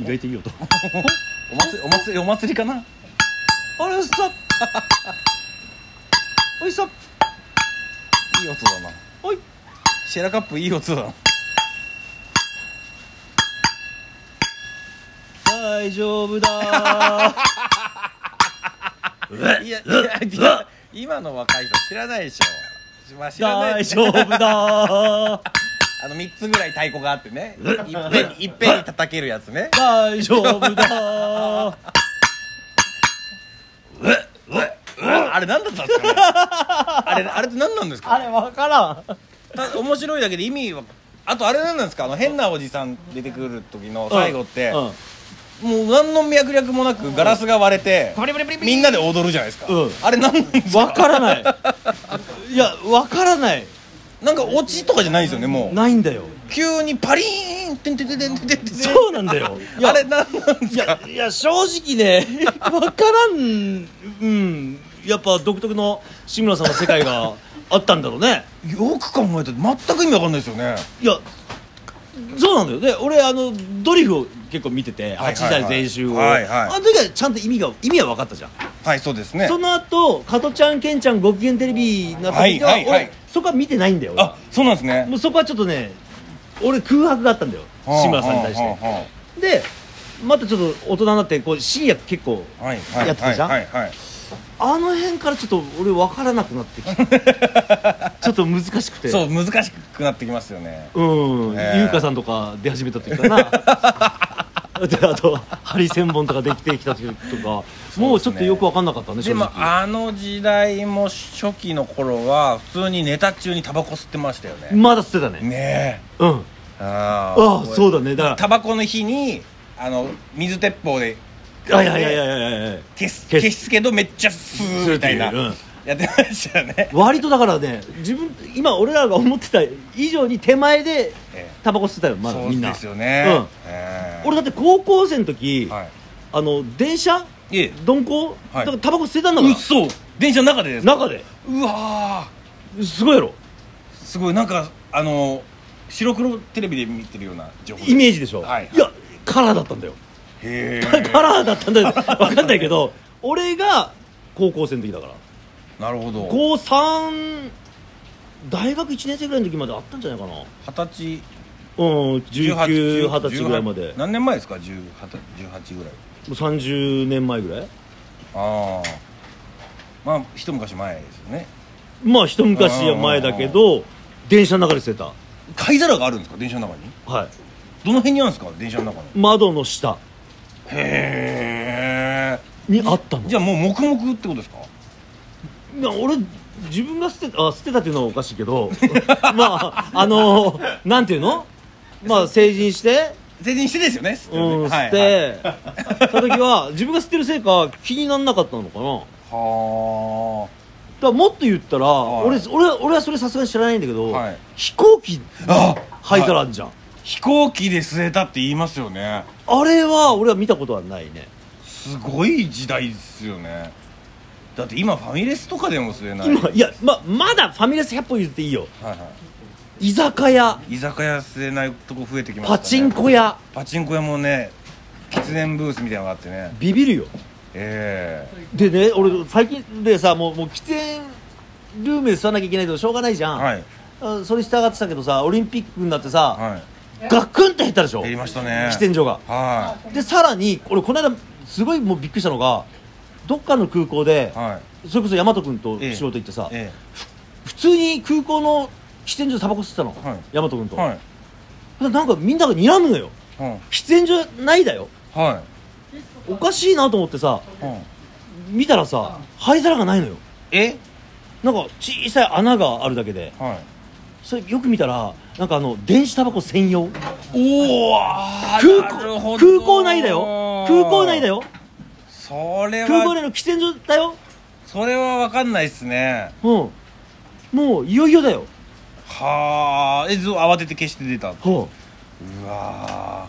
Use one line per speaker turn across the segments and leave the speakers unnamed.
意外といい音
お祭りお祭りお祭りかな
あれおいしそう おいしそう
いい音だな
おい
シェラカップいい音だな
大丈夫だ
いやいやいや今の若い人知らないでしょ、まあ、 知らない
大丈夫だ
あの3つぐらい太鼓があってねいっぺんにいっぺんに叩けるやつね
大丈夫だ
ああれ何だった んですか、ね、あれあれって何なんですか
あれわからん
た面白いだけで意味はあとあれ何なんですかあの変なおじさん出てくる時の最後って、
うん
もう何の脈略もなくガラスが割れて、みんなで踊るじゃないですか、
うん
あれ何なんですか
わからないいやわからない
なんかオチとかじゃないですよねもう
ないんだよ
急にパリーンてんてんてんてんてんてんてん
そうなんだよいや
あれ何なんです
い
か
やいや正直ねわからんうんやっぱ独特の志村さんの世界があったんだろうね
よく考えたら全く意味わかんないですよね
いやそうなんだよね俺あのドリフを結構見てて
はいはい
8時台全集を、
はいはい
あの時はちゃんと意味が意味は分かったじゃん、
はいそうですね
その後加トちゃんケンちゃんご機嫌テレビの時は,、
はいはいはい
俺そこは見てないんだよ俺
あそうなんですね
もうそこはちょっとね俺空白があったんだよ志村さんに対して、
はあは
でまたちょっと大人になってこう深夜結構
あはいはい
やってたじゃん
はいはいはい
あの辺からちょっと俺分からなくなってきて ちょっと難しくて
そう難しくなってきますよね
うん、
えー
優香さんとか出始めた時 かなであとハリセンボンとかできてきた時とかもうちょっとよく分かんなかったね正
で
直
もあの時代も初期の頃は普通にネタ中にタバコ吸ってましたよね
まだ捨てたね
ね
うん
えあ
ああそう
だ
だねだか
タバコの火にあの水鉄砲で
らあいやいやいやいやいやいや
消す
消す
消すけどめっちゃ吸うみたい
吸
な、
うっていううん
やってましたよね
割とだからね自分今俺らが思ってた以上に手前で
ええ
タバコ吸ってたよまだ
そ
み
うん
な
ですよね、
う
え
ん
え
俺だって高校生の時、
はい
あの電車
いえ
鈍行、
は
だ
い
からタバコ吸ってたんだから
うそ電車の中でですか
中で
うわ
すごいやろ
ーすごいなんかあの白黒テレビで見てるような情報
イメージでしょ、
はいはい
やカラーだったんだよ、
へ
カ
え
ラーだったんだよわかんないけど俺が高校生の時だから
なるほど
高3大学1年生ぐらいの時まであったんじゃないかな
二十
うん
歳
1920歳ぐらいまでも
18何年前ですか18 18ぐらいう
30年前ぐらい
ああまあ一昔前ですよね
まあ一昔前だけど電車の中で捨てた
貝皿があるんですか電車の中に
はい
どの辺にあるんですか電車の中に
窓の下
へえ
にあったの
じゃあもう黙々ってことですか
いや俺自分が捨てあ捨てたっていうのはおかしいけ どまああのなんていうのまあ成人して、
全然してですよね捨てる
う
ね
ん、
は
捨
い
てた時は 自分が捨てるせいか気にならなかったのかなだか
は
らもっと言ったら、
い
俺俺は俺はそれさすがに知らないんだけど、
はい
飛行機
あ
灰皿あんじゃん、
飛行機で据えたって言いますよね
あれは俺は見たことはないね
すごい時代ですよねだって今ファミレスとかでも据えない
今いやままだファミレス100歩譲っていいよ
はいは
居酒屋
い、居酒屋据えないとこ増えてきましたね
パチンコ屋
パチンコ屋もね喫煙ブースみたいなのがあってね
ビビるよ
ええ
でね俺最近でさもうもう喫煙ルームで座らなきゃいけないけどしょうがないじゃん、
はい
うんそれ従ってたけどさオリンピックになってさ、
はい
ガクンって減ったでしょ
減りましたね
喫煙所が
は
でさらに俺この間すごいもうびっくりしたのがどっかの空港で
い、はい
それこそ大和君と
ええ
仕事行ってさ、
え
普通に空港の喫煙所でタバコ吸ってたの、
はい
大和君
え
と、
はい
なんかみんなが睨むのよ
うん
喫煙所ないだよ
は
おかしいなと思ってさ
いうん
見たらさ灰皿がないのよ
え
なんか小さい穴があるだけで
はい
それよく見たらなんかあの電子タバコ専用
おお
空港空港内だよ空港内だよ
それは
空港内の喫煙所だよ
それは分かんないっすね
うんもういよいよだよ
はあえず慌てて消して出た
は
うわ
あ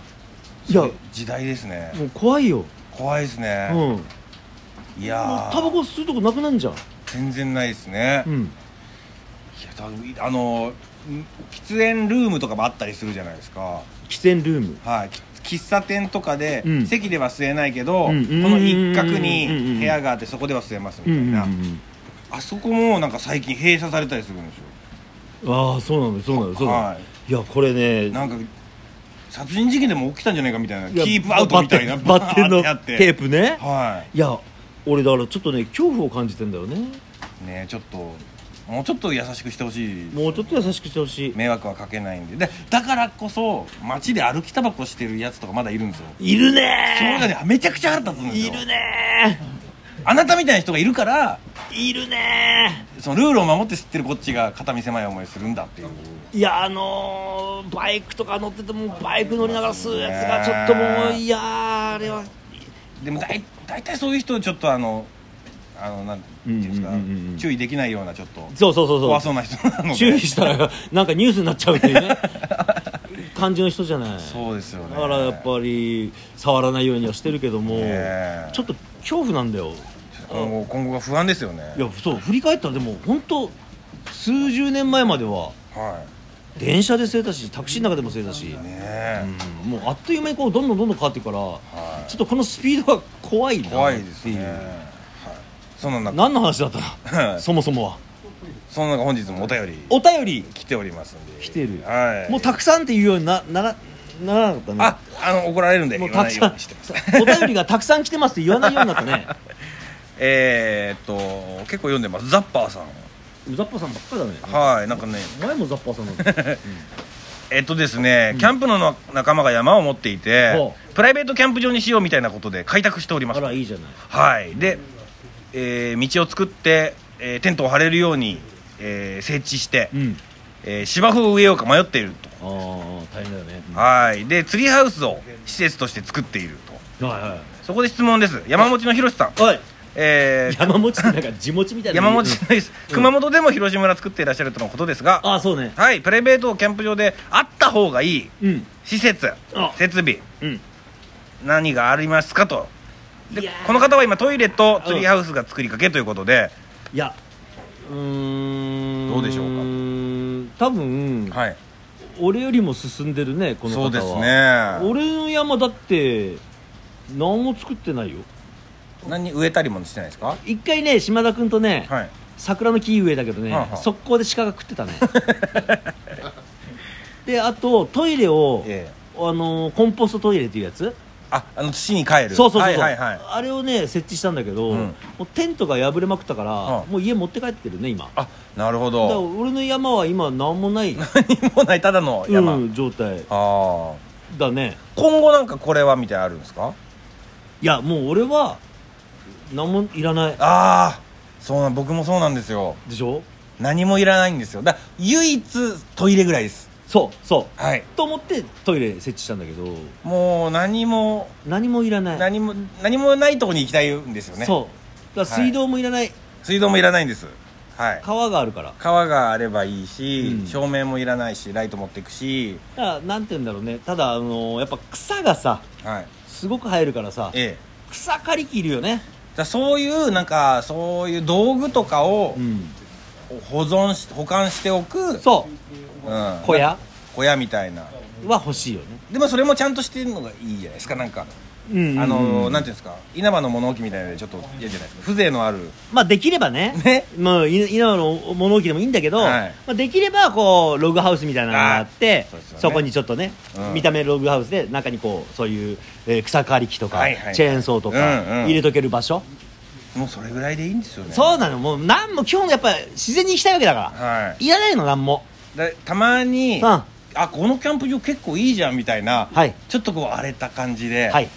いや
ー時代ですね
もう怖いよ
怖いですね
うん、、もう
いやー
タバコ吸うとこなくなんじゃん
全然ないですね、
う
い
ん
やだあのー喫煙ルームとかもあったりするじゃないですか
喫煙ルーム
はい、き喫茶店とかで、
うん
席では吸えないけど、
うん
この一角に
うんうんうん
部屋があってそこでは吸えますみ
う
たい
んうんう
な、
ん
あそこもなんか最近閉鎖されたりするんですよ
ああそうなのそうなのそうなの、、
はい
やこれね
なんか殺人事件でも起きたんじゃないかみたいない
や
キープアウトみたいな
バ ッテンバッテンの
バーってやって
テープね
はい
や俺だからちょっとね恐怖を感じてんだよね
いねちょっともうちょっと優しくしてほしい
もうちょっと優しくしてほしい
迷惑はかけないんででだからこそ街で歩きタバコしてるやつとかまだいるんですよ
いる
それ
ね
がねめちゃくちゃ腹立つんですよ
いるね
あなたみたいな人がいるから
いるね
そのルールを守って知ってるこっちが肩身狭い思いするんだっていう
いやあのーバイクとか乗っててもバイク乗りながら吸うやつがちょっともういやーあれは
でもだい大体そういう人をちょっとあのあのなんていうんですか、
うんうんうんうん
注意できないようなちょっと
そうそうそう
怖
そ
そううな人なので
注意した らなんかニュースになっちゃうっていうね感じの人じゃない
そうですよね
だからやっぱり触らないようにはしてるけども、
ねえ
ちょっと恐怖なんだよ
今後今後が不安ですよね
いやそう振り返ったらでも本当数十年前までは
は
電車で吸えたしタクシーの中でも吸えたし、
いねえ、
うんもうあっという間にこうどんどんどんどん変わっていくから、
はい
ちょっとこのスピードが怖いなっていう
怖いですね、はい、そんな中
何の話だった
は
ら
い
そもそもは
そんな中本日もお便り
お便り
来ておりますんで
来てる
はい
もうたくさんっていうようになならならなかったね
ああの怒られるんで
もう
言わ
た
な
く
い
さ
ようんにしてます
お便りがたくさん来てますって言わないようになった ね
えーっと結構読んでますザッパーさん
うざっぱさんばっかりだね
はいなんかね
前もうざっぱさんだった、
えっとですね、キャンプのの仲間が山を持っていて
ほ
プライベートキャンプ場にしようみたいなことで開拓しておりま
あ
す
らいいじゃない
はいで、えー道を作って、えーテントを張れるように、えー整地して、
うん
えー芝生を植えようか迷っていると、
ああ大変だよね、
はいでツリーハウスを施設として作っていると
うんはいはい
そこで質問です山持ちの広瀬さん
おい
えー
山持ちってなんか地持ちみたいな
山持ちの広瀬
うん
熊本でも広島村作っていらっしゃるとのことですが
ああそうね
はいプライベートキャンプ場であった方がいい
うん
施設
あ
設備
うん
何がありますかとで
いやー
この方は今トイレとツリーハウスが作りかけということで、
いやうーん
どうでしょうか
か多分、
はい
俺よりも進んでるねこの方は
そうですね
俺の山だって何も作ってないよ
何植えたりもしてないですか
一回ね島田君とね、
はい
桜の木植えたけどね、
はあはあ
速攻で鹿が食って たねであとトイレを、
ええ
あのーコンポストトイレっていうやつ
ああの土に帰る
そうそうそう、
はいはいはい
あれをね設置したんだけど、
うん
もうテントが破れまくったから、
はあ
もう家持って帰ってるね今だか
あなるほ
ら
ど
俺の山は今何もない、
何もないただの山、
うん、状態
ああ
だね
今後なんかこれはみたいなのあるんですか
いやもう俺は何もいらない
ああそうなん僕もそうなんですよ
でしょ
何もいらないんですよだ唯一トイレぐらいです
そうそう
はい
と思ってトイレ設置したんだけど
もう何も
何もいらない、
何も何もないとこに行きたいんですよね
そうだから水道もいらない、
水道もいらないんですはい
川があるから
川があればいいし、
うん
照明もいらないしライト持っていくし
だからなんて言うんだろうねただあのーやっぱ草がさ
はい
すごく生えるからさ
ええ
草刈り機いるよね
だそういうなんかそういう道具とかを
うん
保存し保管しておく、うん、
そう小屋
小屋みたいな
は欲しいよね
でもそれもちゃんとしてるのがいいじゃないですかなんか、
うん
あのなん
ん
ていうんですか稲葉の物置みたいなのでちょっと嫌じゃないですか風情のある
まあできれば ね
ね
まあい今の物置でもいいんだけど、
はい
まあ、できればこうログハウスみたいなのがあって
あそうですよね
そこにちょっとね、
うん
見た目ログハウスで中にこうそういう、えー草刈り機とか、
はいはいはい
チェーンソーとか、
うんうん
入れとける場所、
もうそれぐらいでいいんですよね
そうなのもうなんも基本やっぱ自然に行きたいわけだから、
はい
い、らないのなんも
だたまに、
うん
あこのキャンプ場結構いいじゃんみたいな、
はい
ちょっとこう荒れた感じで、
はい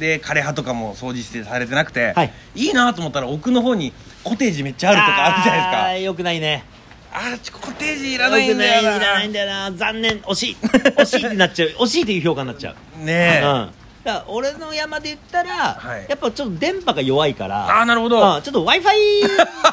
で枯れ葉とかも掃除してされてなくて、
はい、
いなと思ったら奥の方にコテージめっちゃあるとかあるじゃ
あ
ないで
ーよくないね
すかあーちょコテージいらないんだ
よ
よ
くないいらないんだ
だ
よな残念惜しい惜しいってなっちゃう惜しいっていう評価になっちゃう、
ねえ、
うんだから俺の山で言ったら、
はい
やっぱちょっと電波が弱いから
ああなるほど、
あちょっと w i f i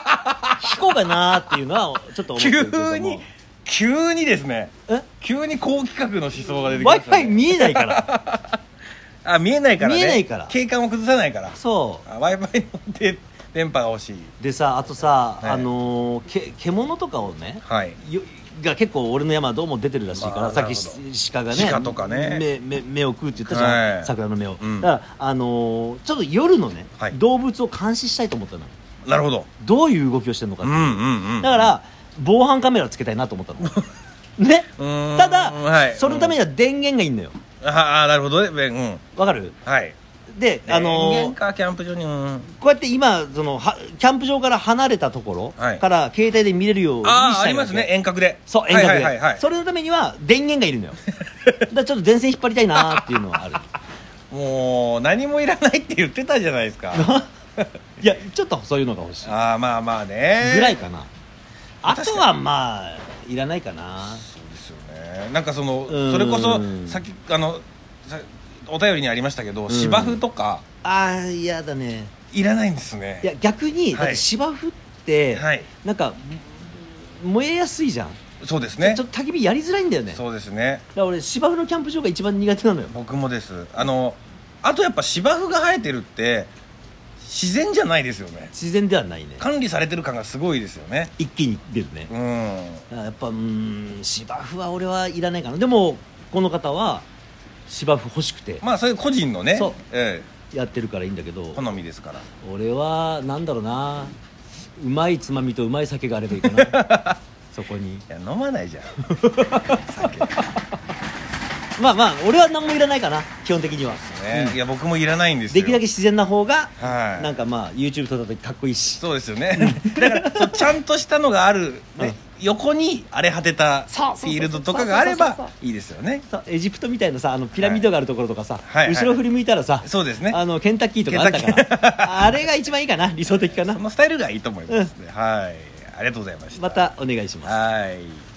引こうかなっていうのはちょっと思ってるけども
急に急にですね
え
急に高規格の思想が出て
w
きま
i
し
f
た
i
ね
見えないから
あ見えないからね
見えないから
景観を崩さないから
そ
w i f i ので電波が欲しい、
うでさあとさ、
はい
あのーけ獣とかをね
はい、
よが結構俺の山どうも出てるらしいから、
まあ
さっ
なる
き
ほど
し鹿がね
鹿とかね
目目目を食うって言ったじゃん、
はい
桜の目を、
うん
だから、あのーちょっと夜のね、
はい
動物を監視したいと思ったの
なるほど
どういう動きをしてるのかっ
う
てい
ん
う、
うんうん
だから防犯カメラをつけたいなと思ったのね
うーん
ただ、
はい
そのためには電源がいいのよ
ああなるほどねうんうん
わかる
はい
で、あのー
人間かキャンプ場にうん
こうやって今そのはキャンプ場から離れたとこ
は
ろ
い
から携帯で見れるように
ああ
し
あ
た
り
いわ
ま
け
すね遠隔で
そう遠隔で、
はいはいはいはい
それのためには電源がいるの よだからちょっと電線引っ張りたいなーっていうのはある
もう何もいらないって言ってたじゃ ないですか
いやちょっとそういうのが欲しい
ああまあまあね
ぐらいかな、あ
確か
と
に
はまあいらないかな
そうですよねなんかその
うん
それこそさっきあのさお便りにありましたけど
ん
芝生とか
あー嫌だね
いらないんですね
いや逆に
はい
だって芝生って、
はい
なんか燃えやすいじゃん、
そうですね
ちょっと焚き火やりづらいんだよねだか
そうですね
ら俺芝生のキャンプ場が一番苦手なのよ
僕もですあのあとやっぱ芝生が生えてるって自然じゃないですよね
自然ではないね
管理されてる感がすごいですよね
一気に出るね
うん
だからやっぱうーん芝生は俺はいらないかなでもこの方は芝生欲しくて
まあそういう個人のね
そう
え
やってるからいいんだけど
え好みですから
俺はなんだろうなうまいつまみとうまい酒があればいいかな そこに
いや飲まな いじゃん酒
まあまあ俺は何もいらないかな基本的には、
ね、
うん
いや僕もいらないんです
で
よ
きるだけ自然な方が、
はい
なんかまあ YouTube 撮った時かっこいいし
そうですよね だからそうちゃんとしたのがある、ね横に荒れ果てたフ
そうそうそう
ィールドとかがあれ
そうそう
ば
そう
いいですよね
さエジプトみたいなさあのピラミッドがあるところとかさ、
はいはい
後ろ振り向いたらさ、
そうですね
あのケンタッキーとかあった
ケン
からあれが一番いいかな理想的かな
そのスタイルがいいと思いますね、はいありがとうございました
またお願いします
はい